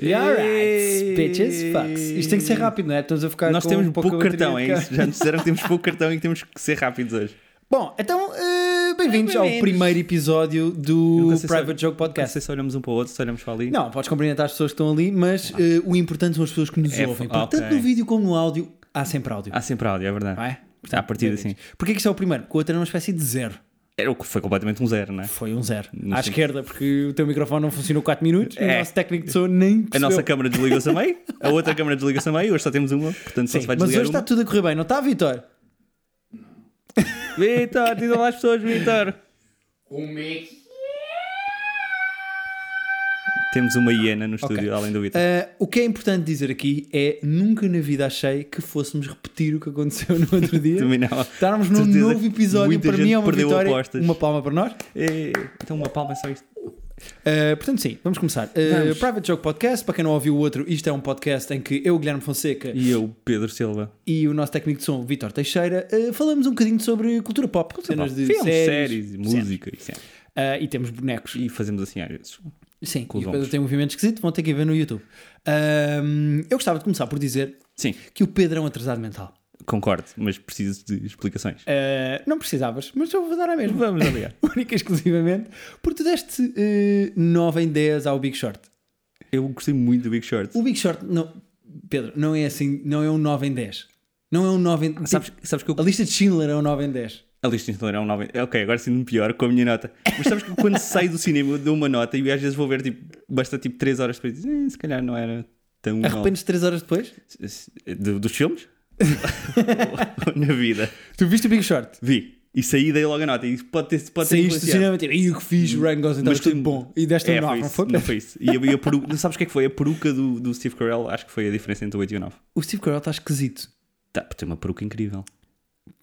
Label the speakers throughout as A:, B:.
A: Yeah, right, bitches, fucks. Isto tem que ser rápido, não é? Estamos a ficar
B: Nós
A: com
B: temos
A: pouca
B: pouco cartão, é
A: bateria de
B: isso? Já nos disseram que temos pouco cartão e que temos que ser rápidos hoje.
A: Bom, então, eh, bem-vindos ao
B: Bem-vindos.
A: primeiro episódio do
B: Nunca sei se-
A: Private Joke
B: Não
A: Podcast.
B: sei se olhamos um para o outro, se olhamos para ali.
A: Não, podes cumprimentar as pessoas que estão ali, mas eh, o importante são as pessoas que nos
B: É,
A: ouvem.
B: ok.
A: Porque tanto no vídeo como no áudio, há sempre áudio.
B: Há sempre áudio, é verdade.
A: não é?
B: À partida, sim.
A: Porque é que isto é o primeiro? Porque o outro era uma espécie de zero.
B: Era o que foi completamente um zero, não é?
A: Foi um zero.
B: Não
A: à
B: sei.
A: esquerda, porque o teu microfone não funcionou 4 minutos e o
B: É.
A: nosso técnico de som nem
B: A
A: percebeu.
B: nossa câmara desligou-se a meio, a outra câmara desligou-se a meio, hoje só temos uma, portanto só
A: Sim,
B: se vai
A: mas hoje tá
B: desligar
A: está
B: uma.
A: tudo a correr bem, não está, Vitor?
B: Vitor, diz olá às pessoas, Vitor.
C: Como é que
B: Temos uma hiena no estúdio,
A: Ok.
B: além do Vitor.
A: Ah, o que é importante dizer aqui é nunca na vida achei que fôssemos repetir o que aconteceu no outro dia.
B: Também não.
A: Estarmos num
B: Certeza
A: novo
B: que
A: episódio,
B: muita
A: para mim
B: gente
A: é uma
B: perdeu
A: vitória.
B: apostas.
A: Uma palma para nós.
B: Eh, Então uma palma é só isto.
A: Uh, portanto, sim, vamos começar. Uh,
B: Vamos.
A: Private Joke Podcast, para quem não ouviu o outro, isto é um podcast em que eu, Guilherme Fonseca,
B: E eu, Pedro Silva.
A: e o nosso técnico de som, Vitor Teixeira, uh, falamos um bocadinho sobre cultura pop, cenas de
B: Filmes,
A: séries,
B: séries, música é. e cenas.
A: Uh, e temos bonecos.
B: E fazemos assim às vezes.
A: Sim, e
B: com os
A: depois
B: ombros.
A: tem um movimento esquisito, vão ter que ir ver no YouTube. Um, eu gostava de começar por dizer
B: Sim,
A: que o Pedro é um atrasado mental.
B: concordo, mas preciso de explicações.
A: Uh, não precisavas, mas eu vou dar a mesma.
B: Vamos aliar.
A: Única e exclusivamente, porque tu deste uh, 9 em 10 ao Big Short.
B: Eu gostei muito do Big Short.
A: O Big Short, não, Pedro, não é assim, não é um 9 em 10. Não é um 9 em 10.
B: Ah, Sabes, sabes que eu
A: A lista de Schindler é um 9 em 10.
B: A lista instantânea é um 9. Ok, agora sinto-me pior com a minha nota. Mas sabes que quando saio do cinema eu dou uma nota e às vezes vou ver, tipo, basta tipo 3 horas depois e dizes, "Eh, se calhar não era tão mal."
A: Arrependes 3 horas depois?
B: Do- Dos filmes? Ou Na vida.
A: Tu viste o Big Short?
B: Vi. E saí dei logo a nota. E isso pode ter, pode ter
A: Saíste do
B: influenciado.
A: cinema tipo, e o que fiz, o Ryan Gosling estava
B: Mas
A: tudo
B: tu-
A: bom. E deste um
B: É,
A: 9,
B: foi
A: não
B: isso,
A: foi?
B: Não foi isso. E a, e a peru- não sabes o que é que foi? A peruca do, do Steve Carell acho que foi a diferença entre o 8 e o 9.
A: O Steve Carell está esquisito.
B: Tá, tem uma peruca incrível.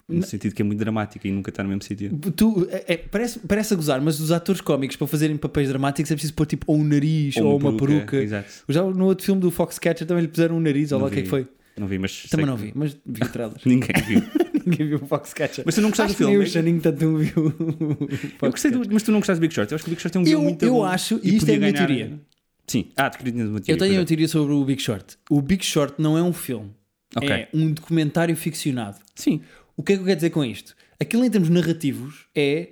B: No sentido que é muito dramática e nunca está no mesmo sentido.
A: Tu, é- é- parece, parece a gozar, mas os atores cómicos para fazerem papéis dramáticos é preciso pôr tipo ou um nariz ou, uma peruca.
B: Exato.
A: Já no outro filme do Foxcatcher também lhe puseram um nariz, olha
B: Não
A: lá o que é
B: vi.
A: que foi.
B: Não vi, mas. sei
A: Também não
B: que-
A: vi, mas vi o trailer.
B: Ninguém viu.
A: Ninguém viu o Foxcatcher.
B: Mas tu não gostaste
A: Acho
B: do
A: que nem
B: filme? é
A: O Xaninho tanto não viu. o
B: Eu gostei
A: Foxcatcher.
B: do, mas tu não gostaste do Big Short. Eu acho que o Big Short é um
A: Eu-
B: guião muito
A: eu
B: bom
A: acho, e isto é a
B: podia
A: minha teoria.
B: Sim. Ah, tu querias dizer uma teoria.
A: Eu tenho uma
B: pois
A: teoria sobre o Big Short. O Big Short não é um filme.
B: Ok.
A: É um documentário ficcionado.
B: Sim.
A: O que é que eu quero dizer com isto? Aquilo em termos narrativos é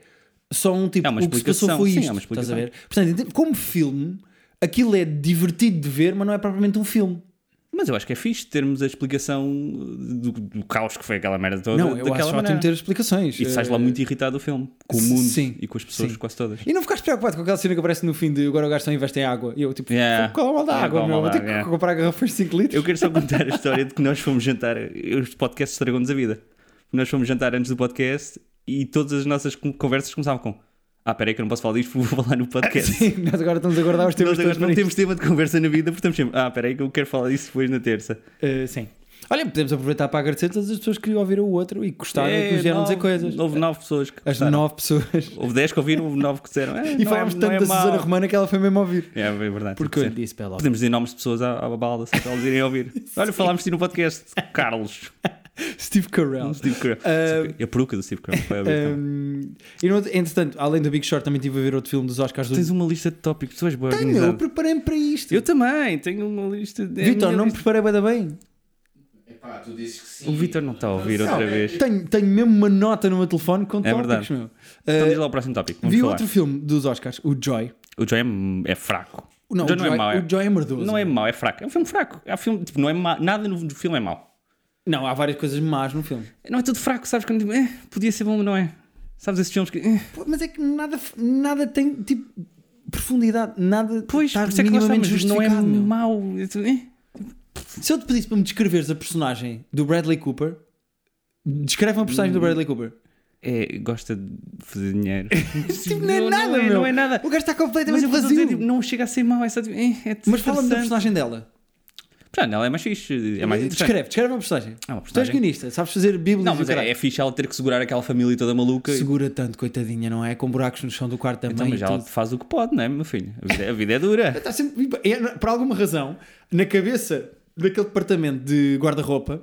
A: só um tipo...
B: É uma
A: o que se passou
B: explicação,
A: foi
B: sim, é
A: isto.
B: uma
A: estás a
B: explicação.
A: ver? Portanto, em termos- como filme, aquilo é divertido de ver, mas não é propriamente um filme.
B: é. Mas eu acho que é fixe termos a explicação do, do caos que foi aquela merda toda.
A: não, eu
B: daquela
A: acho ótimo
B: maneira.
A: ter explicações.
B: E tu sais lá
A: Eh,
B: muito irritado do filme. Com o mundo
A: Sim,
B: e com as pessoas
A: sim.
B: quase todas.
A: E não ficaste preocupado com aquela cena que aparece no fim de agora o gajo só investe em água. E eu, tipo,
B: Yeah.
A: yeah. qual é o mal da
B: Yeah,
A: água,
B: qual é o
A: meu?
B: mal
A: Vou ter
B: da
A: que
B: água, yeah.
A: comprar garrafas de 5 litros.
B: Eu quero só contar a história de que nós fomos jantar. Os podcasts estragam-nos a vida. Nós fomos jantar antes do podcast e todas as nossas con- conversas começavam com: Ah, peraí, que eu não posso falar disto, vou falar no podcast.
A: Sim, nós agora estamos a guardar os temas
B: Nós agora
A: todos para
B: não temos tema de conversa na vida, porque estamos sempre. Ah, peraí, que eu quero falar disso depois na terça.
A: Uh, sim. Olha, podemos aproveitar para agradecer todas as pessoas que ouviram o outro e que gostaram e que nos Tá, vieram dizer coisas.
B: Houve É, nove pessoas que
A: As
B: gostaram.
A: nove pessoas.
B: Houve dez que ouviram, houve nove que disseram. "Eh,
A: E
B: não,
A: falámos
B: não
A: tanto
B: é
A: da
B: mau."
A: Susana Romana que ela foi mesmo ouvir.
B: É, é verdade.
A: Porque eu lhe
B: tem que ser.
A: disse para ela.
B: Podemos dizer nomes de pessoas à, à balda, se elas irem ouvir. Olha, falámos-te no podcast. Carlos.
A: Steve Carell.
B: Steve Carell.
A: Ah,
B: E a peruca do Steve Carell. Vai ouvir também.
A: Um, e no, outro- entretanto, além do Big Short, também estive a ver outro filme dos Oscars do.
B: Tens uma lista de tópicos, tu és bem
A: Tenho, eu
B: organizado.
A: preparei-me para isto.
B: Eu também tenho uma lista de. é a
A: Vitor,
B: minha
A: não me
B: lista.
A: preparei bem, bem.
C: é? Epá, tu dizes que sim.
B: O Vitor não está a ouvir outra vez.
A: Tenho, tenho mesmo uma nota no meu telefone com
B: É
A: tópicos,
B: verdade.
A: meu. Uh,
B: Então diz lá o próximo tópico. Vamos
A: vi
B: falar.
A: outro filme dos Oscars, o Joy.
B: O Joy é, é fraco.
A: Não,
B: o
A: o
B: Joy
A: Joy,
B: não é mau. é-
A: o Joy é merdoso.
B: Não é mau, é fraco. É um filme fraco. Há filme, tipo, não é mau. Nada no do filme é mau.
A: Não, há várias coisas más no filme.
B: Não é tudo fraco, sabes? Quando eh, podia ser bom, mas não é? Sabes esses filmes que. eh,
A: Pô, Mas é que nada, nada tem tipo profundidade, nada
B: pois,
A: está
B: por isso é que lá está,
A: Tá minimamente
B: mas não é
A: justificado. meu.
B: mau. É tudo, eh.
A: Se eu te pedisse para me descreveres a personagem do Bradley Cooper, descreve uma personagem do Bradley Cooper.
B: É, gosta de fazer dinheiro.
A: Tipo, não é nada,
B: não é,
A: meu.
B: Não é nada.
A: O gajo está
B: Mas
A: completamente
B: eu vou
A: vazio.
B: dizer, tipo, não chega a ser mau. É só, tipo, eh, é
A: mas fala-me da
B: interessante.
A: personagem dela.
B: Pronto, ela é mais fixe, é mais interessante.
A: descreve, descreve uma personagem.
B: É uma
A: Tu és
B: personagem.
A: guionista, sabes fazer bíblias
B: Não,
A: e o
B: mas
A: caralho.
B: é, é fixe ela ter que segurar aquela família toda maluca. e-
A: Segura tanto, coitadinha, não é? Com buracos no chão do quarto da
B: Então,
A: mãe.
B: mas
A: e
B: ela
A: tudo.
B: faz o que pode, não é, meu filho? A vida, a vida é dura.
A: Está Tá sempre, é, por alguma razão, na cabeça daquele departamento de guarda-roupa,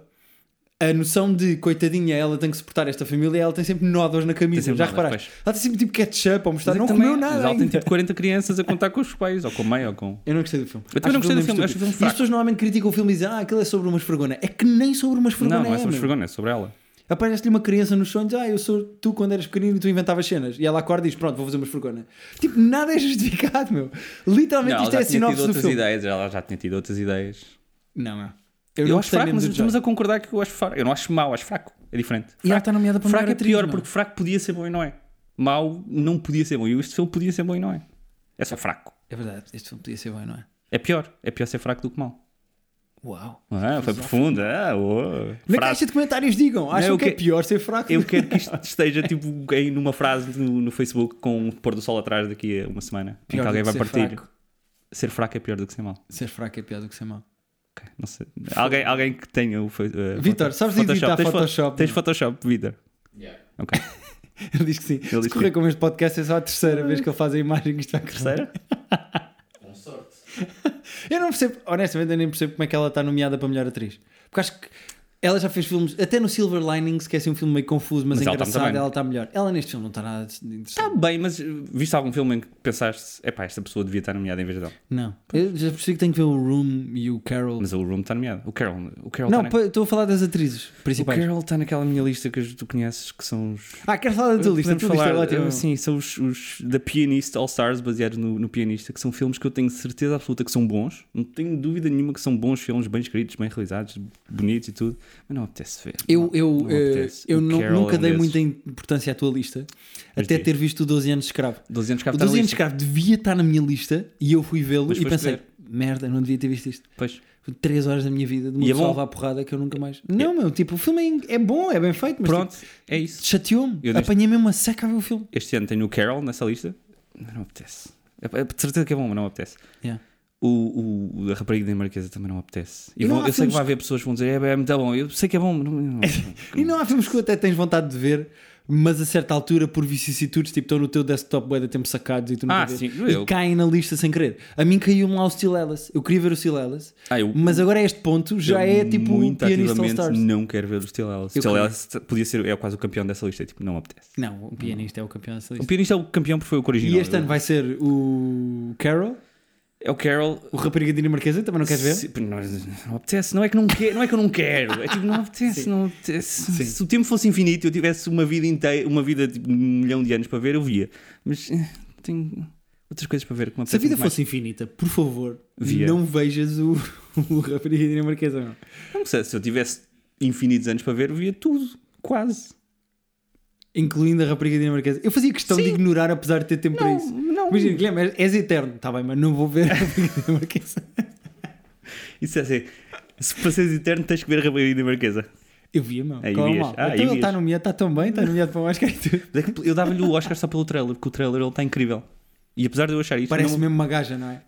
A: a noção de coitadinha, ela tem que suportar esta família, ela tem sempre nódoas na
B: Tem
A: camisa,
B: sempre
A: já
B: nada,
A: reparaste?
B: pois.
A: Ela tem sempre tipo ketchup ou mostarda,
B: Mas é
A: não
B: que também-
A: comeu nada
B: Mas ela tem
A: ainda.
B: tipo 40 crianças a contar com os pais, ou com a mãe, ou com.
A: Eu não gostei do filme.
B: Eu também não
A: Acho que
B: gostei do filme,
A: é
B: acho que o filme
A: E as
B: fraco.
A: pessoas normalmente criticam o filme e dizem, ah, aquilo é sobre uma esfregona. É que nem sobre uma esfregona
B: Não, não é sobre
A: meu.
B: esfregona, é sobre ela.
A: Aparece-lhe uma criança nos sonhos, ah, eu sou tu quando eras pequenino e tu inventavas cenas. E ela acorda e diz, pronto, vou fazer uma esfregona. Tipo, nada é justificado, meu. Literalmente
B: Não, ela
A: isto é a
B: já tinha
A: sinopse
B: tido
A: do
B: outras
A: filme.
B: ideias, ela já tinha tido outras ideias.
A: Não, não.
B: Eu,
A: não
B: acho
A: gostei
B: fraco,
A: mesmo
B: mas
A: do
B: estamos
A: Joker.
B: a concordar que eu acho fraco. Eu não acho mau, acho fraco. É diferente.
A: E ela
B: Fraco-
A: está nomeada para
B: Fraco
A: melhor
B: é
A: atriz,
B: pior,
A: não é?
B: porque fraco podia ser bom e não é. Mau não podia ser bom. E este filme podia ser bom e não é. É só fraco.
A: É verdade, este filme podia ser bom, não é?
B: É pior. É pior ser fraco do que mau.
A: Uau.
B: Ah, foi profunda. Ah, oh.
A: Na
B: Frase.
A: caixa de comentários digam, acham
B: eu
A: que é
B: que-
A: pior ser fraco?
B: Eu quero que isto esteja tipo em numa frase no, no Facebook com o pôr do sol atrás daqui a uma semana. em
A: Pior
B: que alguém
A: do
B: vai
A: que ser
B: partir.
A: fraco.
B: Ser fraco é pior do que ser mau.
A: Ser fraco é pior do que ser mau.
B: Ok, não sei. Alguém, alguém que tenha o. fe- eh,
A: Vitor,
B: foto-
A: sabes editar
B: Tens fo-
A: Photoshop,
B: Tens
A: não?
B: Photoshop, Vitor.
C: Yeah.
B: Ok.
A: Ele diz que sim.
B: diz
A: Se
B: que
A: correr
B: sim.
A: como este podcast é só a terceira vez que ele faz a imagem que isto vai crescer.
B: Terceira?
C: Com sorte.
A: Eu não percebo, honestamente, eu nem percebo como é que ela está nomeada para melhor atriz. Porque acho que ela já fez filmes, até no Silver Linings, que é assim um filme meio confuso, mas,
B: Mas ela está muito
A: engraçado,
B: bem.
A: ela está melhor. Ela neste filme não está nada de de
B: Está
A: interessante.
B: bem, mas eh, viste algum filme em que pensaste, epá, esta pessoa devia estar nomeada em vez dela.
A: Não. Eu já percebi que tenho que ver o Room e o Carol.
B: Mas o Room está nomeado. O Carol. O Carol
A: não,
B: está
A: pa- estou a falar das atrizes
B: na... O
A: principais.
B: Carol está naquela minha lista que tu conheces, que são os.
A: Ah, quero falar da tua lista. A
B: Podemos
A: tua lista é ótima.
B: eh, Sim, são os, os da Pianista All Stars, baseados no, no Pianista, que são filmes que eu tenho certeza absoluta que são bons. Não tenho dúvida nenhuma que são bons filmes, bem escritos, bem realizados, bonitos e tudo. Mas não apetece ver.
A: Eu, eu,
B: Não
A: eh,
B: apetece.
A: eu
B: O
A: nu-
B: Carol
A: nunca
B: é um
A: dei
B: desses.
A: muita importância à tua lista,
B: Mas
A: até
B: diz.
A: ter visto o 12 anos de escravo.
B: 12 anos cá
A: O
B: está
A: 12 anos de
B: lista.
A: escravo devia estar na minha lista e eu fui vê-lo
B: Mas
A: e
B: foste
A: pensei,
B: ver.
A: merda, não devia ter visto isto.
B: Pois.
A: Foi Três horas da minha vida de uma
B: E é
A: pessoa
B: bom. É.
A: levar a porrada que eu nunca mais. Não, meu, tipo, o filme é é bom, é bem feito, mas
B: Pronto, é isso.
A: tipo, chateou-me.
B: Eu disse-
A: Apanhei mesmo a seca a ver o filme.
B: Este ano tenho o Carol nessa lista. Não, não apetece. É, é de certeza que é bom, mas não apetece.
A: Yeah.
B: O, o, a rapariga dinamarquesa também não apetece. E
A: E não
B: vão-
A: há
B: eu sei que
A: filmes
B: vai haver pessoas que vão dizer é, é muito bom. Eu sei que é bom, mas não. não-
A: E não há filmes que até tens vontade de ver, mas a certa altura, por vicissitudes, tipo, estão no teu desktop bué de tempo sacados e tu nunca
B: Ah,
A: vês.
B: sim,
A: E
B: eu-
A: caem na lista sem querer. A mim caiu-me lá o Still Alice. Eu queria ver o Still Alice,
B: Ah, eu-
A: mas agora a este ponto já
B: Eu
A: é tipo o pianista
B: muito
A: All
B: ativamente
A: Stars.
B: não quero ver o Steel Ellis. O
A: Eu
B: Steel
A: queria.
B: Ellis podia ser, é quase o campeão dessa lista. Tipo, não me apetece.
A: Não, o pianista é o campeão dessa
B: O
A: lista.
B: pianista é o campeão porque foi o que é? original.
A: E este ano vai ser o Carol,
B: É o Carol.
A: o rapariga dinamarquesa, também não queres ver?
B: Se- não, não apetece, não é, que não, que, não é que eu não quero, é tipo, não apetece, não apetece.
A: Sim.
B: Se o tempo fosse infinito e eu tivesse uma vida inteira, uma vida de um milhão de anos para ver, eu via. Mas eh, tenho outras coisas para ver que me
A: Se a
B: apetece
A: vida
B: muito mais.
A: fosse infinita, por favor,
B: Via.
A: não vejas o, o rapariga dinamarquesa. Não.
B: Não sei, se eu tivesse infinitos anos para ver, eu via tudo, quase.
A: Incluindo a rapariga dinamarquesa. Eu fazia questão de ignorar, apesar de ter tempo para isso.
B: não.
A: Imagina, Guilherme, és- és eterno. Está bem, mas não vou ver a rapariga dinamarquesa.
B: Isso é assim. Se para seres eterno, tens que ver a Rabarinha Marquesa.
A: Eu via, meu.
B: Aí
A: Qual é o
B: vias.
A: mal?
B: Ah, aí
A: então ele
B: vias.
A: está nomeado, está tão bem, está nomeado para mais que tu.
B: Mas é que Eu dava-lhe o Oscar só pelo trailer, porque o trailer ele está incrível. E apesar de eu achar isto,
A: Parece
B: não-
A: mesmo uma gaja, não é?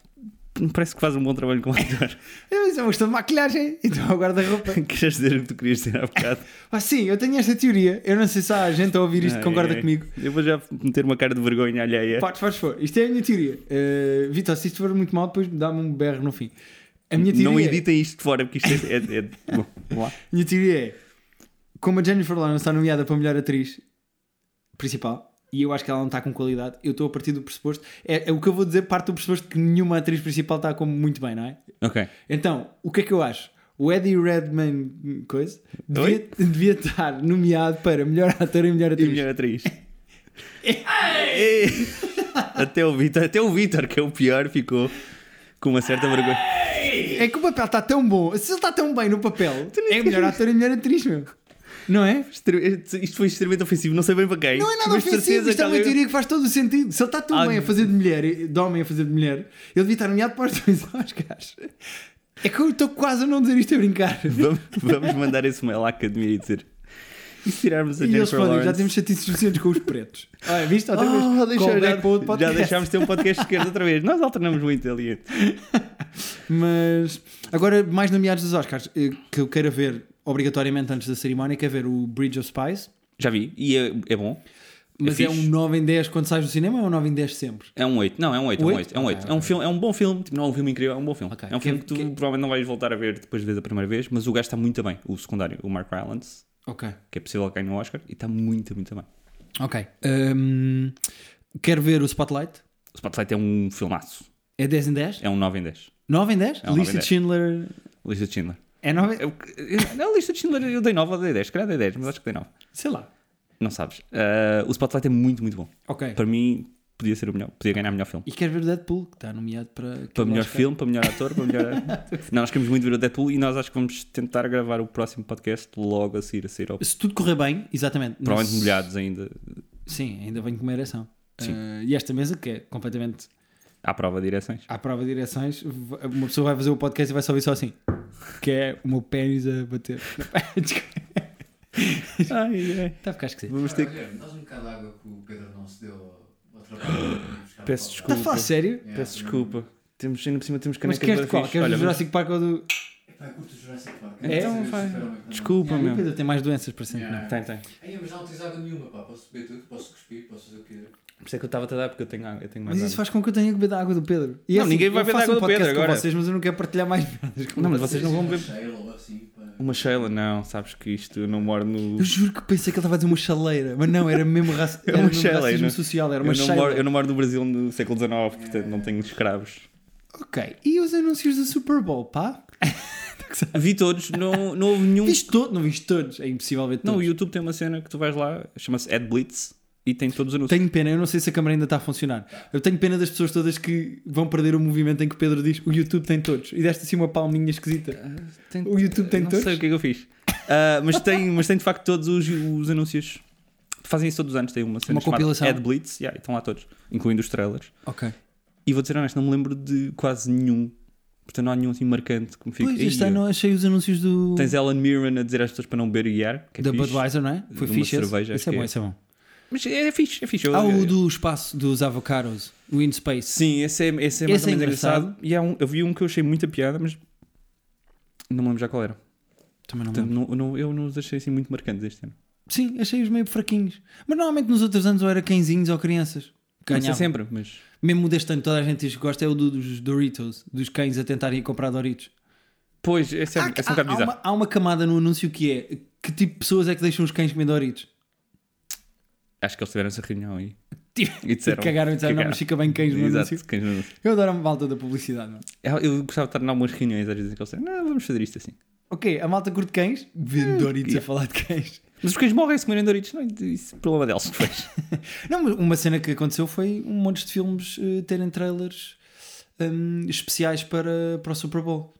B: não parece que faz um bom trabalho como ator.
A: Eu disse, "Ah, gostou de maquilhagem, então agora da roupa.
B: Queres dizer o que tu querias dizer há bocado?
A: Ah, sim, eu tenho esta teoria. Eu não sei se há gente a ouvir isto que
B: Ai,
A: concorda
B: ai.
A: comigo.
B: É, Eu vou já meter uma cara de vergonha alheia.
A: Faz, faz favor. Isto é a minha teoria. Uh, Vitor, se isto for muito mal, depois dá-me um berro no fim. A minha teoria,
B: não
A: é-
B: editem isto fora, porque isto é. é- é- Bom, vamos lá.
A: a minha teoria é: como a Jennifer Lawrence está nomeada para melhor atriz principal, e eu acho que ela não está com qualidade, eu estou a partir do pressuposto. É, é o que eu vou dizer, parte do pressuposto que nenhuma atriz principal está como muito bem, não é?
B: Ok.
A: Então, o que é que eu acho? O Eddie Redman, hum, coisa, devia, devia estar nomeado para melhor ator e melhor
B: E
A: atriz.
B: melhor atriz. Ei! até o Vitor, até o Vitor, que é o pior, ficou com uma certa vergonha.
A: É que o papel está tão bom, se ele está tão bem no papel, é melhor ator e melhor atriz, meu. Não é?
B: Extre- Isto foi extremamente ofensivo, não sei bem para quem.
A: Não é nada
B: mas de
A: ofensivo, isto
B: certeza
A: é
B: que
A: uma
B: alguém-
A: teoria que faz todo o sentido. Se ele está tão
B: Ah,
A: bem a fazer de mulher, e- de homem a fazer de mulher, ele devia estar nomeado para os dois Oscars. É que eu estou quase a não dizer isto a brincar.
B: Vamos, vamos mandar esse mail à academia e dizer. E se tirarmos a
A: E eles
B: Jennifer
A: podem,
B: Lawrence.
A: já temos chatices suficientes com os pretos. Olha, viste outra vez?
B: Oh, deixa-
A: Callback
B: já,
A: para é outro
B: já
A: podcast.
B: deixámos de ter um podcast esquerdo outra vez. Nós alternamos muito ali.
A: Mas agora, mais nomeados dos Oscars, eh, que eu quero ver obrigatoriamente antes da cerimónia, que é ver o Bridge of Spies.
B: Já vi. E é, é bom.
A: Mas é,
B: fixe.
A: um 9 em 10 quando sais do cinema ou é um 9 em 10 sempre?
B: É um 8, não, é um 8, é um
A: Oito?
B: 8, é um 8.
A: Ok,
B: É um
A: ok.
B: filme, é um bom filme, tipo, não é um filme incrível, é um bom filme.
A: Ok.
B: É um filme que tu
A: Quem- quem-
B: provavelmente não vais voltar a ver depois de ver da primeira vez, mas o gajo está muito bem, o secundário, o Mark Rylance,
A: Ok.
B: que é possível que ganhe o Oscar, e está muito, muito bem.
A: Ok. Hum, quero ver o Spotlight.
B: O Spotlight é um filmaço,
A: É 10 em 10?
B: é um 9 em 10.
A: 9 em 10?
B: É um nove em
A: Lista de
B: dez.
A: Schindler.
B: Lista de Schindler.
A: É 9
B: Eu, eu, não, a é, lista de Schindler eu dei 9 ou dei 10, se calhar dei 10, mas acho que dei 9.
A: Sei lá.
B: Não sabes. Ah, o Spotlight é muito, muito bom.
A: Ok.
B: Para mim, podia ser o melhor, podia ganhar o melhor filme.
A: E quero ver o Deadpool, que está nomeado para.
B: Para melhor filme, para melhor ator, para melhor. não, nós queremos muito ver o Deadpool e nós acho que vamos tentar gravar o próximo podcast logo a seguir, a seguir ao
A: Se tudo correr bem, exatamente. Mas-
B: Provavelmente molhados ainda
A: Sim, ainda venho com uma ereção.
B: Sim.
A: Eh, e esta mesa, que é completamente
B: à prova de direções.
A: à prova de direções, v- uma pessoa vai fazer o podcast e vai só ouvir só assim. Que é o meu pênis a bater. Desculpa, Está a ficar esquisito.
B: Vamos ter que.
C: Guilherme, dás um bocado de água que o Pedro não se deu ao, ao trabalho. de buscar É,
B: Peço desculpa. é
C: a copa.
A: Está a falar sério?
C: Yeah,
B: Peço
C: também-
B: desculpa. Temos, ainda por cima temos
A: É. Mas
B: canecas
A: queres
B: bué
A: de qual?
B: fixe.
A: Queres assim?
B: Olha,
A: do Jurassic Park ou do.
C: Epá, eu curto o Jurassic Park.
B: É? Então,
C: Não sei
B: vai.
C: se espero, mas-
B: Desculpa,
A: Yeah, o
B: meu.
A: Pedro tem mais doenças para sempre.
C: Yeah.
A: não. é?
B: Tem, tem.
C: Ai, mas não tens água nenhuma, pá. Posso beber tudo, posso cuspir, posso fazer o que quiser.
B: Por isso é que eu estava a te dar, porque eu tenho, água- eu tenho mais
A: Mas isso
B: água.
A: faz com que eu tenha que beber da água do Pedro. E
B: Não, ninguém vai
A: eu
B: beber da
A: faço
B: água
A: um
B: do Pedro
A: podcast com
B: agora.
A: vocês, mas eu não quero partilhar mais merdas com
B: Não, mas vocês não vão
C: Uma
B: beber.
C: cheira ou assim, pá.
B: Uma Sheila, não, sabes que isto eu não moro no.
A: Eu juro que pensei que ele estava a dizer uma chaleira, mas não, era mesmo, raci
B: É
A: era
B: uma
A: mesmo
B: chaleira.
A: racismo social, era
B: Eu
A: uma
B: não,
A: chaleira.
B: moro, eu não moro no Brasil no século XIX, portanto não tenho escravos.
A: Ok, e os anúncios do Super Bowl, pá?
B: Vi todos, não, não houve nenhum.
A: Viste todos? Não viste todos? É impossível ver
B: Não, o
A: todos.
B: YouTube tem uma cena que tu vais lá, chama-se Ad Blitz, e tem todos os anúncios.
A: Tenho pena, eu não sei se a câmera ainda está a funcionar. Eu tenho pena das pessoas todas que vão perder o movimento em que o Pedro diz o YouTube tem todos. E deste assim uma palminha esquisita. O YouTube tem
B: Ah, não
A: todos?
B: sei o que é que eu fiz. Ah, mas, tem, mas tem de facto todos os, os anúncios. Fazem isso todos os anos, tem uma cena
A: Uma compilação.
B: Ad Blitz, yeah, e estão lá todos, incluindo os trailers.
A: Ok.
B: E vou dizer honesto, não me lembro de quase nenhum. Portanto, não há nenhum assim marcante que me fique.
A: Pois,
B: "Ei,
A: este ano achei os anúncios do...
B: Tens Alan Mirren a dizer às pessoas para não beber e guiar. Que é
A: da
B: fixe.
A: Budweiser, não é? Foi
B: De uma
A: fixe esse? Esse
B: cerveja,
A: é
B: acho que
A: bom,
B: é.
A: esse é bom.
B: Mas é, fixe, é fixe. Eu-
A: Há o do espaço dos avocados, o In Space.
B: Sim, esse é, esse é mais
A: Esse é
B: ou menos
A: engraçado.
B: engraçado. E há um, eu vi um que eu achei muita piada, mas não me lembro já qual era.
A: Também não me
B: Portanto,
A: lembro.
B: não, não- eu não os achei assim muito marcantes este ano.
A: Sim, achei-os meio fraquinhos. Mas normalmente nos outros anos ou era cãezinhos ou crianças.
B: Ganha
A: Ganhavam.
B: é sempre, mas.
A: Mesmo o deste ano, toda a gente diz que gosta é o do- dos Doritos, dos cães a tentarem ir comprar Doritos.
B: Pois, esse é,
A: Há-
B: esse é um
A: há-
B: bocado
A: há,
B: bizarro.
A: uma, há uma camada no anúncio que é que tipo de pessoas é que deixam os cães comer Doritos?
B: Acho que eles tiveram essa reunião aí.
A: Tipo,
B: E disseram.
A: e cagaram e disseram, não, mas fica bem cães no
B: Exato,
A: anúncio.
B: cães no anúncio.
A: Eu adoro a malta da publicidade, é? mano.
B: Eu, eu gostava de estar em algumas reuniões às vezes em que eles disseram, não, vamos fazer isto assim.
A: Ok, a malta curte cães,
B: Hum,
A: vendo Doritos a falar de cães.
B: Mas os cães morrem se comerem Doritos, não é? Isso é problema deles depois.
A: Não, mas uma cena que aconteceu foi um monte de filmes eh, terem trailers hum, especiais para, para o Super Bowl.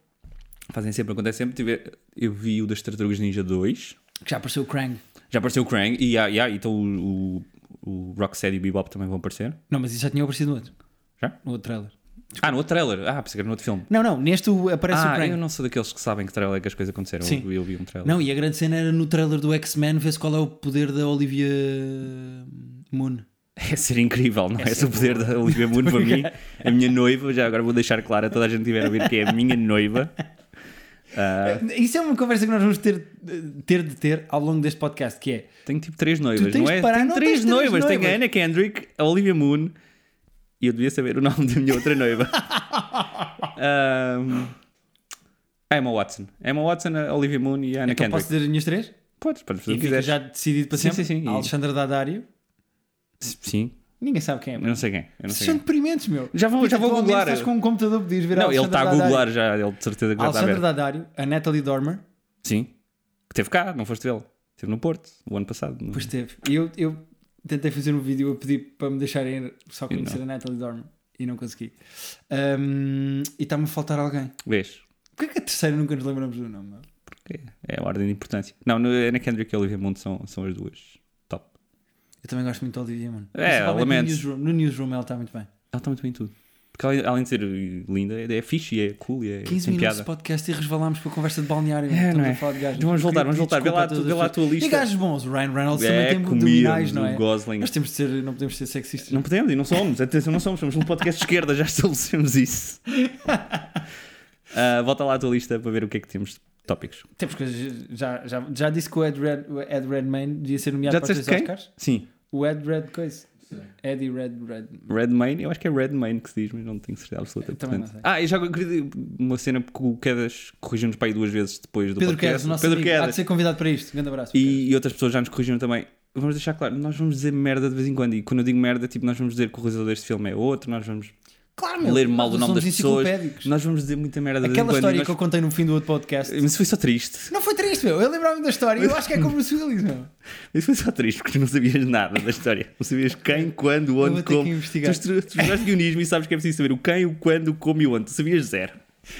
B: Fazem sempre, acontece sempre. Tive- eu vi o das Tartarugas Ninja 2,
A: Que já apareceu o Krang.
B: já apareceu o Krang, e há- e há- então o, o, o Rocksteady e o Bebop também vão aparecer.
A: Não, mas isso já tinha aparecido no outro.
B: Já?
A: No outro trailer.
B: Ah, no outro trailer. Ah, pensei que era no outro filme.
A: Não, não, neste o- aparece o
B: Ah,
A: Krang.
B: eu não sou daqueles que sabem que trailer é que as coisas aconteceram.
A: É Sim.
B: Eu, eu vi um trailer.
A: Não, e a grande cena era no trailer do X-Men ver-se qual é o poder da Olivia hum, Moon.
B: É ser incrível, não é? Esse o poder da Olivia Moon para mim, a minha noiva. Já agora vou deixar claro a toda a gente que tiver a ouvir que é a minha noiva. Ah,
A: Isso é uma conversa que nós vamos ter, ter de ter ao longo deste podcast, que é
B: tenho tipo três noivas,
A: tens
B: não é?
A: de parar-
B: tenho
A: não
B: três,
A: tens três
B: noivas. Tenho a
A: noivas.
B: Anna Kendrick, a Olivia Moon e eu devia saber o nome da minha outra noiva. Ahm, a Emma Watson. A Emma Watson, a Olivia Moon e a Anna
A: então posso
B: Kendrick.
A: dizer as minhas três?
B: Podes, podes fazer
A: E
B: o que
A: fica
B: quiseres.
A: já decidido para
B: Sim,
A: sempre.
B: sim, sim.
A: A Alexandra Daddario.
B: Sim,
A: Ninguém sabe quem é.
B: eu não sei quem. Eu não
A: Vocês
B: sei
A: são
B: quem.
A: deprimentes, meu.
B: Já vou-
A: Fica
B: já vou
A: tu ao menos
B: googlar.
A: Estás com um computador pedido vir
B: Não,
A: a
B: ele
A: Alexandra
B: está a
A: Daddario.
B: googlar já, ele de certeza que
A: A
B: já está a
A: Alexandra
B: ver.
A: Daddario, a Natalie Dormer.
B: Sim. Que teve cá, não foste vê-lo. Esteve no Porto, o ano passado. no-
A: Pois teve. E Eu, eu tentei fazer um vídeo a pedir para me deixarem só
B: E
A: conhecer a Natalie Dormer e não consegui. Ahm, e está-me a faltar alguém.
B: Vês?
A: Porquê que a terceira nunca nos lembramos do nome? meu?
B: É a ordem de importância. Não, no, Ana Kendrick e Olivia Mundo são, são as duas. Top.
A: Eu também gosto muito de Olivia, mano.
B: É,
A: Principalmente
B: lamento.
A: No newsroom, no newsroom ela está muito bem.
B: Ela está muito bem em tudo. Porque além, além de ser linda, é, é fixe, e é cool, e é
A: 15
B: tem
A: minutos de
B: piada.
A: podcast e resvalámos para a conversa de balneário.
B: É,
A: Estamos
B: não é?
A: a falar de gajos.
B: Então vamos voltar, vamos
A: Desculpa
B: voltar. Vê lá,
A: a
B: tu,
A: todas
B: vê
A: as
B: lá a tua
A: pessoas.
B: lista.
A: E gajos bons. O Ryan Reynolds
B: é,
A: também tem
B: comida
A: abdominais, não é?
B: do Gosling.
A: Nós temos de ser, não podemos ser sexistas.
B: Não podemos e não somos. Atenção, não somos. Somos um podcast de esquerda, já estabelecemos isso. Ah, volta lá à tua lista para ver o que é que temos de tópicos.
A: Temos coisas. Já, já, já disse que o Ed, Red, o Ed Redmayne devia ser nomeado
B: Já
A: para os
B: disseste
A: três
B: quem?
A: Oscars.
B: Sim.
A: O Ed Red Coisa.
C: Sim.
A: Eddie Red Red.
B: Redmayne, eu acho que é Redmayne que se diz, mas não tenho certeza absoluta.
A: Eu também
B: portanto.
A: não sei.
B: Ah, e já queria uma cena porque o Quedas corrigiu-nos para aí duas vezes depois do
A: Pedro
B: podcast.
A: Quedas, o nosso
B: Pedro
A: amigo. Ah, Há de
B: Quedas.
A: ser convidado para isto. Grande abraço.
B: E, e outras pessoas já nos corrigiram também. Vamos deixar claro, nós vamos dizer merda de vez em quando. E quando eu digo merda, tipo, nós vamos dizer que o realizador deste filme é outro, nós vamos,
A: claro,
B: ler mal
A: nós
B: o nome
A: somos
B: das pessoas.
A: enciclopédicos.
B: nós vamos dizer muita merda de vez em
A: Aquela
B: quando.
A: história
B: e nós-
A: que eu contei no fim do outro podcast.
B: Mas foi só triste.
A: Não foi triste, meu. Eu lembrava-me da história. Eu acho que é como o Willis, meu.
B: Isso foi só triste porque tu não sabias nada da história. Não sabias quem, quando,
A: Eu
B: onde,
A: vou ter que
B: como. Tu
A: investigar.
B: estru- tu estudaste guionismo e sabes que é preciso saber o quem, o quando, o como e o onde. Tu sabias zero.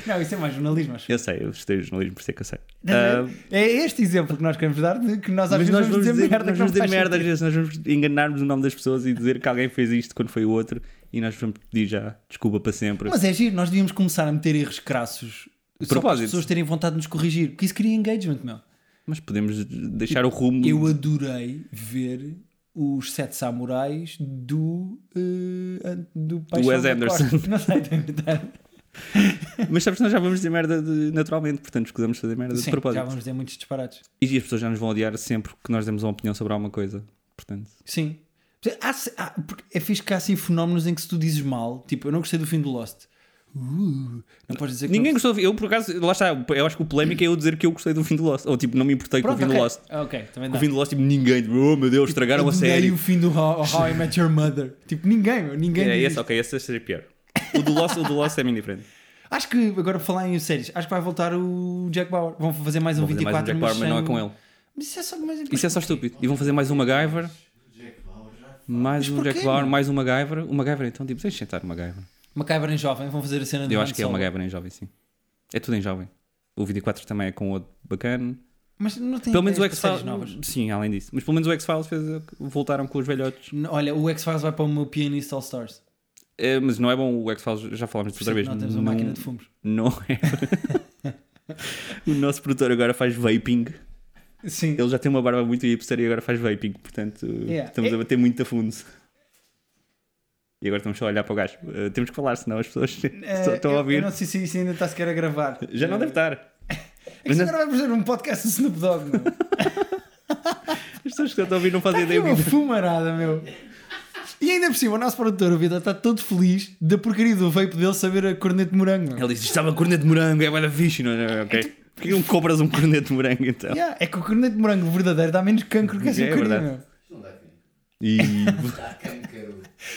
A: Não, isso é mais jornalismo, acho.
B: Eu sei, eu estudei jornalismo, por isso é que eu sei. Ah,
A: é este exemplo que nós queremos dar de que nós às
B: mas
A: vezes
B: nós
A: vamos dizer, merda
B: nós
A: que não
B: vamos dizer
A: faz
B: merda às
A: sentido.
B: vezes, nós vamos enganarmos o nome das pessoas e dizer que alguém fez isto quando foi o outro e nós vamos pedir já desculpa para sempre.
A: Mas é giro, nós devíamos começar a meter erros crassos só para as
B: Propósito. Hum.
A: pessoas terem vontade de nos corrigir, porque isso cria engagement, meu.
B: Mas podemos deixar o rumo.
A: Eu adorei ver os sete samurais do eh, an- do Paixão
B: Wes
A: da
B: Anderson.
A: Costa. Não sei, tem verdade.
B: Mas sabes que nós já vamos dizer merda de- naturalmente, portanto escusamos de fazer merda
A: Sim,
B: de propósito.
A: já vamos dizer muitos disparates.
B: E as pessoas já nos vão odiar sempre que nós demos uma opinião sobre alguma coisa. Portanto,
A: Sim. Há, há, porque é fixe que há assim fenómenos em que se tu dizes mal, tipo, eu não gostei do fim do Lost. Uh, não podes dizer que
B: ninguém
A: não...
B: gostou. Eu, por acaso, lá está. Eu acho que o polémico é eu dizer que eu gostei do fim do Lost. Ou tipo, não me importei
A: Pronto,
B: com o
A: ok.
B: fim do Lost.
A: Ok, também
B: Com
A: dá.
B: o fim do Lost, tipo, ninguém. tipo, Oh meu Deus, estragaram a
A: Odeio
B: série.
A: o fim do How, How I Met Your Mother. Tipo, ninguém, meu, ninguém.
B: É,
A: diz
B: esse,
A: isto.
B: ok, esse seria pior. O do Lost, o do Lost é bem diferente.
A: Acho que, agora por falar em séries, acho que vai voltar o Jack Bauer. Vão fazer mais um
B: Vão fazer mais
A: 24
B: um Jack Bauer, mas não é com ele.
A: Mas isso é só mais
B: Isso é só estúpido. E vão fazer mais um MacGyver,
C: Jack Bauer já
B: mais
A: Mas
B: um
A: porquê,
B: Jack Bauer,
A: meu?
B: mais um MacGyver. O MacGyver, então, tipo, deixa sentar o MacGyver.
A: Macabre em jovem, vão fazer a cena de
B: Eu
A: Han
B: acho que é o
A: Solo.
B: MacGyver em jovem, sim. É tudo em jovem. O 24 também é com outro bacana.
A: Mas não tem
B: Pelo menos o
A: ideias para séries
B: X-Files.
A: novas.
B: Sim, além disso. Mas pelo menos o X-Files fez- voltaram com os velhotes.
A: Olha, o X-Files vai para o meu pianista All Stars.
B: É, mas não é bom o X-Files, já falámos disso outra vez.
A: Não temos uma máquina de fumos.
B: não é. o nosso produtor agora faz vaping.
A: Sim.
B: Ele já tem uma barba muito hipster e agora faz vaping. Portanto,
A: Yeah.
B: estamos
A: É-
B: a bater muito a fundo. E agora estamos só a olhar para o gajo. Eh, temos que falar, senão as pessoas só
A: Eh,
B: estão
A: eu- Eu
B: a ouvir.
A: não sei se isso ainda está sequer a gravar.
B: Já não
A: Eh,
B: deve estar.
A: É que isso agora vai fazer um podcast do Snoop Dogg, meu.
B: As pessoas que estão a ouvir não
A: Está
B: fazem
A: Tá aqui um
B: ideia.
A: uma fumarada, meu. E ainda por cima, o nosso produtor, o Vitor, está todo feliz da porcaria do vape dele saber a corneta de morango. meu.
B: Ele disse: estava corneta de morango, é bada fixe. Não, não, ok.
A: tipo-
B: Por que não compras um corneto de morango então?
A: Yeah, é que o corneta de morango verdadeiro dá menos cancro que essa
B: É
A: porcaria,
B: verdade.
A: meu.
C: não dá quem.
B: E
C: Dá quem que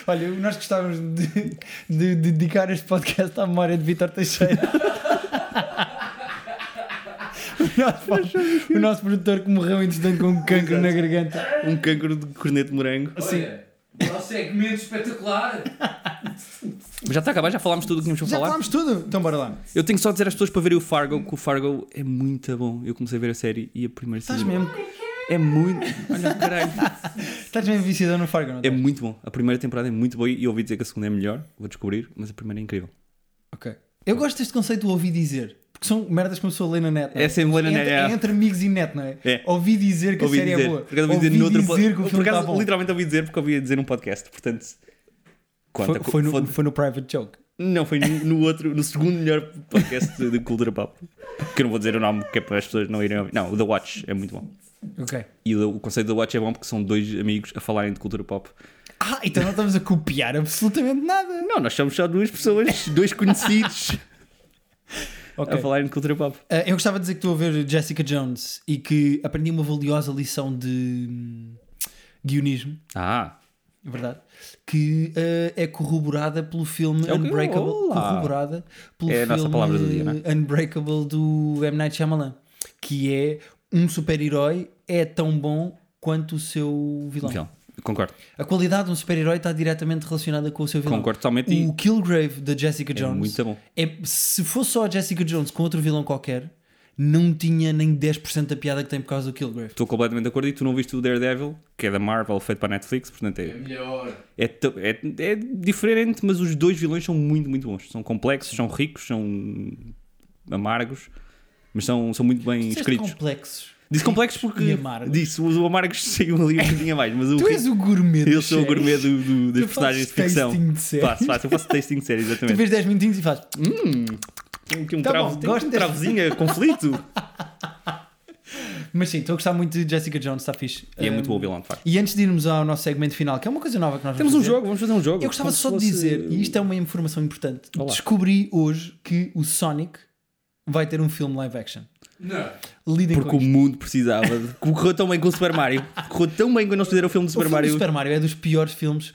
A: Olha, nós gostávamos de, de dedicar este podcast à memória de Vitor Teixeira. O nosso, o nosso produtor que morreu entretanto com um cancro na garganta.
B: um cancro de corneto de morango.
C: Olha, nosso segmento espetacular.
B: Mas já está a acabar, já falámos tudo o que tínhamos para
A: Já
B: falar.
A: falámos tudo? Então bora lá.
B: Eu tenho só a dizer às pessoas para verem o Fargo, que o Fargo é muito bom. Eu comecei a ver a série e a primeira
A: Estás
B: season
A: mesmo,
B: é muito. Olha, caralho.
A: estás mesmo viciadão no Fargo, não
B: É
A: estás?
B: muito bom. A primeira temporada é muito boa e eu ouvi dizer que a segunda é melhor. Vou descobrir, mas a primeira é incrível.
A: Ok. Eu gosto deste conceito do ouvi dizer. Porque são merdas que uma pessoa lê na net. não
B: É sempre ler na
A: entre,
B: net, é.
A: entre amigos e net, não é?
B: É.
A: Ouvi dizer que a série é boa.
B: Por acaso ouvi dizer, noutro pod-
A: dizer que o
B: Por
A: filme está
B: acaso,
A: bom.
B: literalmente ouvi dizer porque ouvi dizer num podcast. Portanto, conta.
A: Foi, foi
B: Foi-
A: no, foi no Private Joke.
B: Não, foi no, no outro, no segundo melhor podcast de de cultura pop. Que eu não vou dizer o nome, que é para as pessoas não irem ouvir. Não, o The Watch é muito bom.
A: Ok.
B: E o, o conceito da Watch é bom porque são dois amigos a falarem de cultura pop.
A: Ah, então não estamos a copiar absolutamente nada.
B: Não, nós somos só duas pessoas, dois conhecidos,
A: Ok.
B: a falarem de cultura pop.
A: Ah, eu gostava de dizer que estou a ver Jessica Jones e que aprendi uma valiosa lição de hum, guionismo,
B: Ah,
A: é verdade, que ah, é corroborada pelo filme
B: É o que-
A: Unbreakable.
B: Olá.
A: Corroborada pelo
B: É a
A: filme
B: nossa palavra do dia, não é?
A: Unbreakable do M. Night Shyamalan, que é um super-herói é tão bom quanto o seu vilão.
B: então, concordo.
A: A qualidade de um super-herói está diretamente relacionada com o seu vilão.
B: Concordo totalmente e
A: O Killgrave da Jessica
B: é
A: Jones
B: muito bom.
A: é, se fosse só a Jessica Jones com outro vilão qualquer, não tinha nem 10% da piada que tem por causa do Killgrave.
B: Estou completamente de acordo e tu não viste o Daredevil, que é da Marvel, feito para a Netflix, portanto
C: É
B: é,
C: melhor.
B: é, to- é, é diferente, mas os dois vilões são muito, muito bons. São complexos, são ricos, são amargos, mas são, são muito bem
A: Disseste
B: escritos.
A: complexos.
B: Disse complexos
A: E
B: porque
A: amargos.
B: disse, o o amargos saiu ali um bocadinho a mais, mas o
A: Tu
B: rico-
A: és o gourmet dos
B: eu sou o
A: séries.
B: gourmet do, do- das
A: Tu
B: personagens de
A: fazes
B: ficção.
A: tasting de séries.
B: Faço, faço, eu faço tasting de série,
A: Tu
B: exatamente.
A: vês 10 minutinhos e fazes.
B: Hum, tem aqui um,
A: Tá
B: travo,
A: bom,
B: tem aqui
A: gosto deste-
B: um travozinho a conflito.
A: Mas sim, estou a gostar muito de Jessica Jones, está fixe.
B: E é
A: Um,
B: muito bom o vilão, de facto.
A: E antes de irmos ao nosso segmento final, que é uma coisa nova que nós
B: Temos um
A: vamos fazer,
B: jogo, vamos fazer um jogo.
A: Eu gostava
B: Como se
A: só de
B: fosse-
A: dizer, e isto é uma informação importante,
B: Olá.
A: descobri hoje que o Sonic vai ter um filme live action.
C: Não.
A: Lidem
B: Porque
A: com
B: o
A: isto.
B: mundo precisava. De... Correu tão bem com o Super Mario. Correu tão bem quando eles fizeram o filme do
A: O
B: Super
A: filme
B: Mario.
A: do Super Mario é dos piores filmes.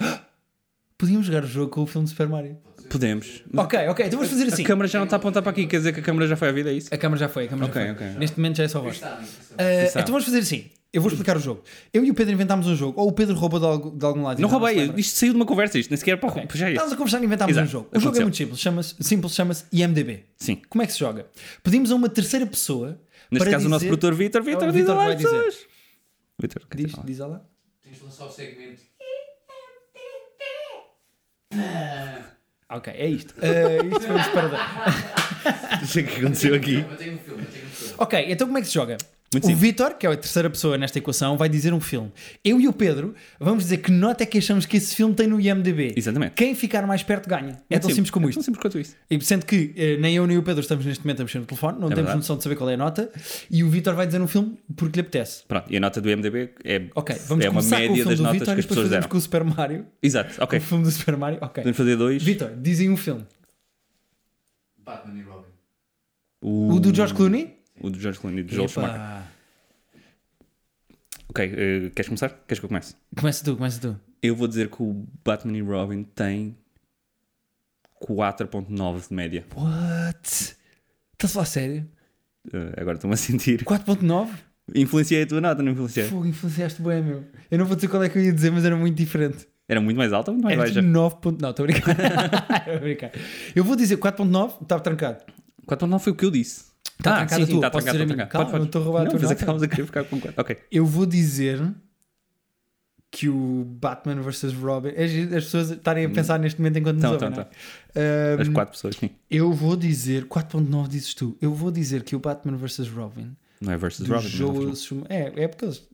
A: Podíamos jogar o jogo com o filme do Super Mario.
B: Podemos. Mas
A: Ok, ok, então vamos fazer assim.
B: A câmera já não está a apontar para aqui, quer dizer que a câmera já foi à vida, é isso?
A: A câmera já foi, a câmera
B: Ok,
A: já foi.
B: ok.
A: Neste momento já é só voz.
C: Está bem, está bem.
A: Ah,
B: Está.
A: então vamos fazer assim. Eu vou explicar o jogo. Eu e o Pedro inventámos um jogo. Ou o Pedro roubou de algu- de algum lado. e
B: Não
A: já se
B: roubei,
A: lembra.
B: isto saiu de uma conversa, isto nem sequer para roubar. Já é isto.
A: Estávamos a conversar e inventámos
B: Exato,
A: um jogo. O jogo é
B: aconteceu.
A: muito simples, chama-se simples, chama-se IMDB.
B: Sim.
A: Como é que se joga? Pedimos a uma terceira pessoa.
B: Neste
A: para
B: caso, o nosso
A: dizer-
B: produtor Vitor. Vitor,
A: o
B: diz
A: Vítor
B: olá
A: vai
B: às
A: dizer.
B: pessoas. Vitor, quer dizer
A: Diz,
B: olá?
A: diz lá.
C: Tens de lançar o segmento.
A: Ok, é isto. Uh, isto foi um disparador.
B: Não sei o que aconteceu aqui.
C: Eu tenho um filme, eu tenho um filme.
A: ok, então como é que se joga?
B: Muito
A: o
B: simples.
A: Vitor, que é a terceira pessoa nesta equação, vai dizer um filme. Eu e o Pedro vamos dizer que nota é que achamos que esse filme tem no IMDB.
B: Exatamente.
A: Quem ficar mais perto ganha. É
B: Muito
A: tão simples como
B: É tão
A: isto.
B: simples quanto isto.
A: E sendo que eh, nem eu nem o Pedro estamos neste momento a mexer no telefone, não temos
B: verdade.
A: noção de saber qual é a nota, e o Vitor vai dizer um filme porque lhe apetece.
B: Pronto, e a nota do MDB é,
A: Ok, vamos
B: é uma
A: começar com o
B: média
A: filme
B: das
A: do
B: notas
A: Vitor
B: que
A: e depois
B: as pessoas
A: fazemos
B: deram.
A: com o Super Mario.
B: Exato,
A: O
B: ok.
A: filme do Super Mario, ok.
B: Podemos fazer dois.
A: Vitor, dizem um filme.
C: Batman e Robin.
A: O do George Clooney?
B: O do George Clooney, do Joel
A: Epa.
B: Uh, Schumacher. Ok, eh, queres começar? Queres que eu comece?
A: Começa tu, começa tu.
B: Eu vou dizer que o Batman e Robin tem 4.9 de média.
A: What? Estás a falar sério?
B: Eh, agora estou-me a sentir.
A: 4.9?
B: Influenciei a tua nota, não influenciei?
A: Fogo, influenciaste bem, meu. Eu não vou dizer qual é que eu ia dizer, mas era muito diferente.
B: Era muito mais alta ou muito mais
A: Era
B: baixa?
A: tipo 9. ponto- Não, estou a brincar. Estou a brincar. Eu vou dizer 4.9, estava trancado.
B: 4.9 foi o que eu disse.
A: tipo- Tá trancado a tua,
B: tá
A: posso dizer a
B: trancado, tá
A: mim?
B: trancado.
A: Calma,
B: Pode, pode.
A: não é estou a roubar a
B: Não,
A: tua
B: pensei que
A: nota.
B: estávamos a querer ficar com 4. Ok.
A: Eu vou dizer que o Batman vs Robin. é giro As pessoas estarem a pensar neste momento enquanto nos
B: Então,
A: ouvem,
B: então,
A: não é?
B: As
A: Ahm,
B: 4 pessoas, sim.
A: Eu vou dizer 4.9 dizes tu. Eu vou dizer que o Batman vs Robin
B: Não é versus
A: do
B: Robin.
A: Joel
B: Não
A: Schumacher- É, é porque eles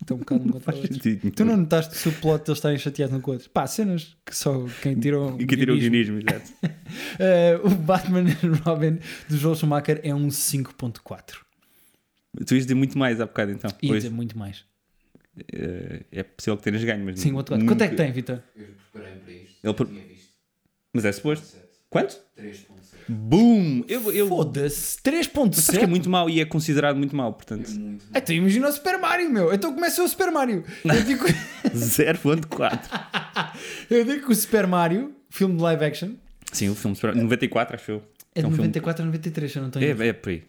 A: estão um bocado um contra
B: faz
A: os outros.
B: sentido.
A: Tu não notaste o subplot de eles estarem chateados um com o outro? Pá, cenas que só quem tirou.
B: E que tirou o guionismo, exato.
A: Eh, o Batman and Robin do Joel Schumacher é um 5.4.
B: Tu ias dizer muito mais há bocado, então.
A: E
B: Pois,
A: dizer muito mais.
B: eh, é possível que tenhas ganho, mas...
A: 5.4.
B: nunca-
A: Quanto é que tem, Vitor?
C: Eu preparei para isto.
B: Ele
C: Eu
B: pre-
C: tinha visto.
B: Mas é suposto.
C: 7.
B: Quanto?
C: 3.7.
B: Boom! Eu... eu...
A: Foda-se.
B: Mas sabes que é
A: 3.7.
B: muito mau e é considerado muito mau, portanto.
C: É muito mal.
A: Então imagina o Super Mario, meu. Então começa o Super Mario. Eu digo,
B: 0.4.
A: eu digo que o Super Mario, filme de live action,
B: Sim, o filme super... 94, acho eu.
A: é de
B: um é filme-
A: 94 a 93, se eu não estou
B: É, é por aí.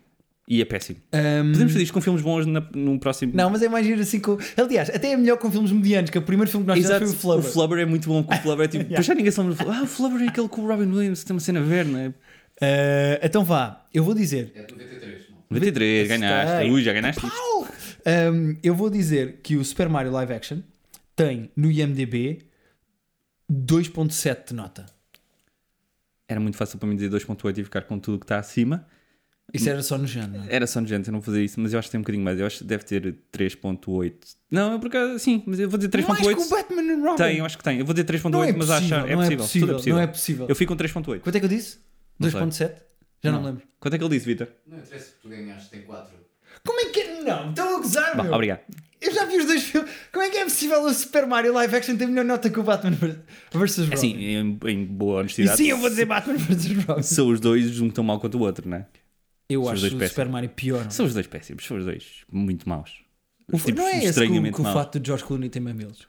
B: E é péssimo.
A: Ahm,
B: Podemos fazer isto com filmes bons na, num próximo.
A: Uhum. Não, mas é mais giro assim com. Aliás, até é melhor com filmes medianos, que é o primeiro filme que nós
B: Exato,
A: fizemos foi o
B: o
A: Flubber.
B: Flubber é muito bom. porque O Flubber é tipo. Depois já ninguém se lembra do Flubber. Ah, o Flubber é aquele com o Robin Williams, que tem uma cena a ver, não é?
A: Eh, então vá, eu vou dizer.
C: É de 93, não.
B: 93, ganhaste.
A: Gostei.
B: Ui, já ganhaste. isto.
A: Au! Ahm, eu vou dizer que o Super Mario Live Action tem no IMDb 2.7 de nota.
B: Era muito fácil para mim dizer 2.8 e ficar com tudo o que está acima.
A: Isso era só no género. não é?
B: Era só nojento eu não fazer isso, mas eu acho que tem um bocadinho mais. Eu acho que deve ter 3.8. Não, eu por acaso, sim, mas eu vou dizer
A: Mais que o
B: 3.8.
A: Batman e Robin.
B: Tem, eu acho que tem. Eu vou dizer 3.8,
A: não é
B: mas
A: possível,
B: acho é
A: não
B: possível. Tudo é possível.
A: Não é possível.
B: Eu fico com 3.8.
A: Quanto é que eu disse?
B: Não sei.
A: 2.7? Já não, me lembro.
B: Quanto é que ele disse, Vitor?
C: Não interessa porque tu ganhaste, tem 4.
A: Como é que é? Não, estão a gozar,
B: Bom,
A: meu.
B: obrigado.
A: Eu já vi os dois filmes. Como é que é possível o Super Mario Live Action ter melhor nota que o Batman vs Robin?
B: É Assim, em, em boa
A: e
B: honestidade.
A: sim, eu vou dizer Batman vs Robin.
B: São os dois um tão mau quanto o outro, não é?
A: Eu
B: São os
A: acho
B: dois
A: o
B: péssimos.
A: Super Mario pior.
B: São os dois péssimos, são os dois muito maus.
A: O fa-
B: Tipo,
A: não é esse que, o-
B: estranhamente
A: que o
B: maus.
A: fato do George Clooney tem mamilos.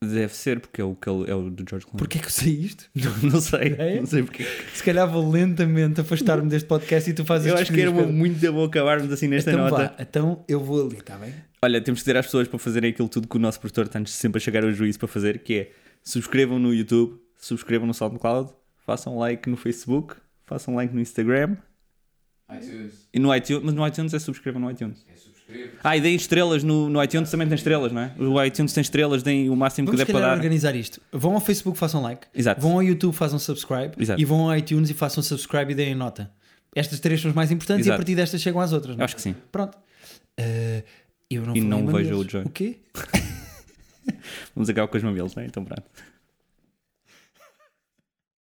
B: Deve ser porque é o, que ele- é o do George Clooney.
A: Porquê que eu sei isto?
B: Não, não sei,
A: É?
B: não sei porque.
A: Se calhar vou lentamente afastar-me deste podcast e tu fazes
B: Eu
A: estes
B: acho que era uma
A: pedidos,
B: muito boa acabarmos assim
A: Pedro.
B: nesta
A: então,
B: nota.
A: vá, então eu vou ali, está bem?
B: Olha, temos que dizer às pessoas para fazerem aquilo tudo que o nosso produtor está sempre a chegar ao juízo para fazer, que é subscrevam no YouTube, subscrevam no SoundCloud, façam like no Facebook, façam like no Instagram
C: iTunes.
B: e no iTunes, mas no iTunes é subscrevam no iTunes.
C: É subscrever.
B: Ah, e deem estrelas no, no iTunes também tem estrelas, não é? O iTunes tem estrelas, deem o máximo
A: Vamos se
B: que der para
A: calhar
B: dar.
A: organizar isto. Vão ao Facebook, façam like.
B: Exato.
A: Vão ao YouTube, façam subscribe.
B: Exato.
A: E vão ao iTunes e façam subscribe e deem nota. Estas três são as mais importantes e a
B: Exato.
A: partir destas chegam às outras. não
B: Eu
A: é?
B: acho que sim.
A: Pronto. Eh, eu não
B: E
A: vou
B: não
A: nem
B: vejo
A: mamilos.
B: o Joy.
A: O quê?
B: Vamos acabar com os mamilos, não é? Então pronto.